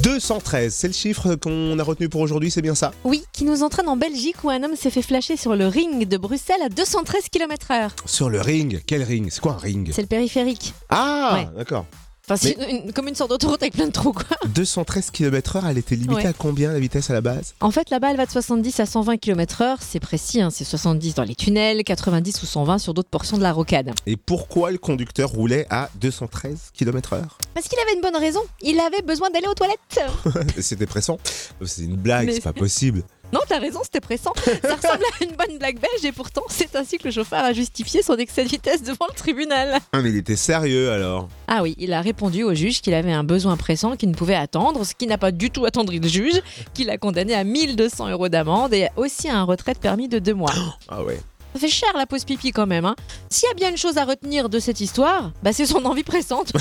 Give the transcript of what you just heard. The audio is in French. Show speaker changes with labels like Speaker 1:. Speaker 1: 213, c'est le chiffre qu'on a retenu pour aujourd'hui, c'est bien ça
Speaker 2: Oui, qui nous entraîne en Belgique où un homme s'est fait flasher sur le ring de Bruxelles à 213 km/h.
Speaker 1: Sur le ring, quel ring C'est quoi un ring
Speaker 2: C'est le périphérique.
Speaker 1: Ah,
Speaker 2: Ouais.
Speaker 1: d'accord.
Speaker 2: Enfin, c'est une- une- comme une sorte d'autoroute avec plein de trous, quoi.
Speaker 1: 213 km/h, elle était limitée
Speaker 2: Ouais.
Speaker 1: à combien la vitesse à la base
Speaker 2: En fait, là-bas, elle va de 70 à 120 km/h. C'est précis, hein, c'est 70 dans les tunnels, 90 ou 120 sur d'autres portions de la rocade.
Speaker 1: Et pourquoi le conducteur roulait à 213 km/h
Speaker 2: Parce qu'il avait une bonne raison. Il avait besoin d'aller aux toilettes.
Speaker 1: C'était pressant. C'est une blague,
Speaker 2: Mais-
Speaker 1: c'est pas possible.
Speaker 2: Non, t'as raison, c'était pressant. Ça ressemble à une bonne blague belge et pourtant, c'est ainsi que le chauffeur a justifié son excès de vitesse devant le tribunal.
Speaker 1: Ah, mais il était sérieux alors.
Speaker 2: Ah oui, il a répondu au juge qu'il avait un besoin pressant qu'il ne pouvait attendre, ce qui n'a pas du tout attendri le juge, qui l'a condamné à 1200 euros d'amende et aussi à un retrait de permis de deux mois.
Speaker 1: Ah ouais.
Speaker 2: Ça fait cher la pause pipi quand même. Hein. S'il y a bien une chose à retenir de cette histoire, bah c'est son envie pressante.